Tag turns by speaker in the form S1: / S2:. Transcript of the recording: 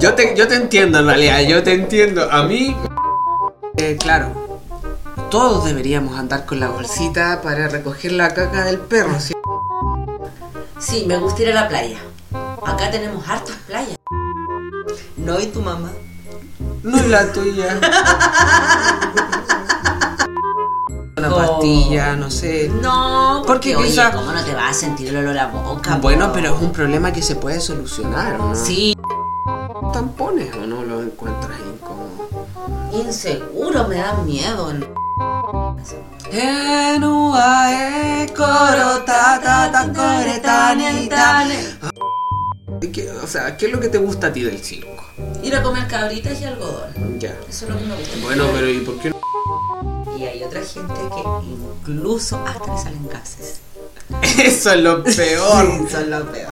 S1: yo, te, yo te entiendo en realidad, yo te entiendo. A mí, eh, claro, todos deberíamos andar con la bolsita para recoger la caca del perro. ¿sí?
S2: Sí, me gusta ir a la playa. Acá tenemos hartas playas. No y tu mamá.
S1: No es la tuya. Una pastilla, no sé.
S2: No, porque,
S1: Porque
S2: oye,
S1: quizá-
S2: ¿cómo no te vas a sentir el olor a boca?
S1: Bueno,
S2: po?
S1: pero es un problema que se puede solucionar, ¿o ¿no?
S2: Sí,
S1: tampones o no los encuentras incómodos.
S2: inseguro, me da miedo. ¿no?
S1: ¿Y qué- o sea, ¿qué es lo que te gusta a ti del circo?
S2: Ir a comer cabritas y algodón.
S1: Ya.
S2: Eso es lo que me gusta.
S1: Bueno, pero ¿y por qué no?
S2: Y hay otra gente que incluso hasta le salen gases.
S1: Eso es lo peor.
S2: Son lo peor.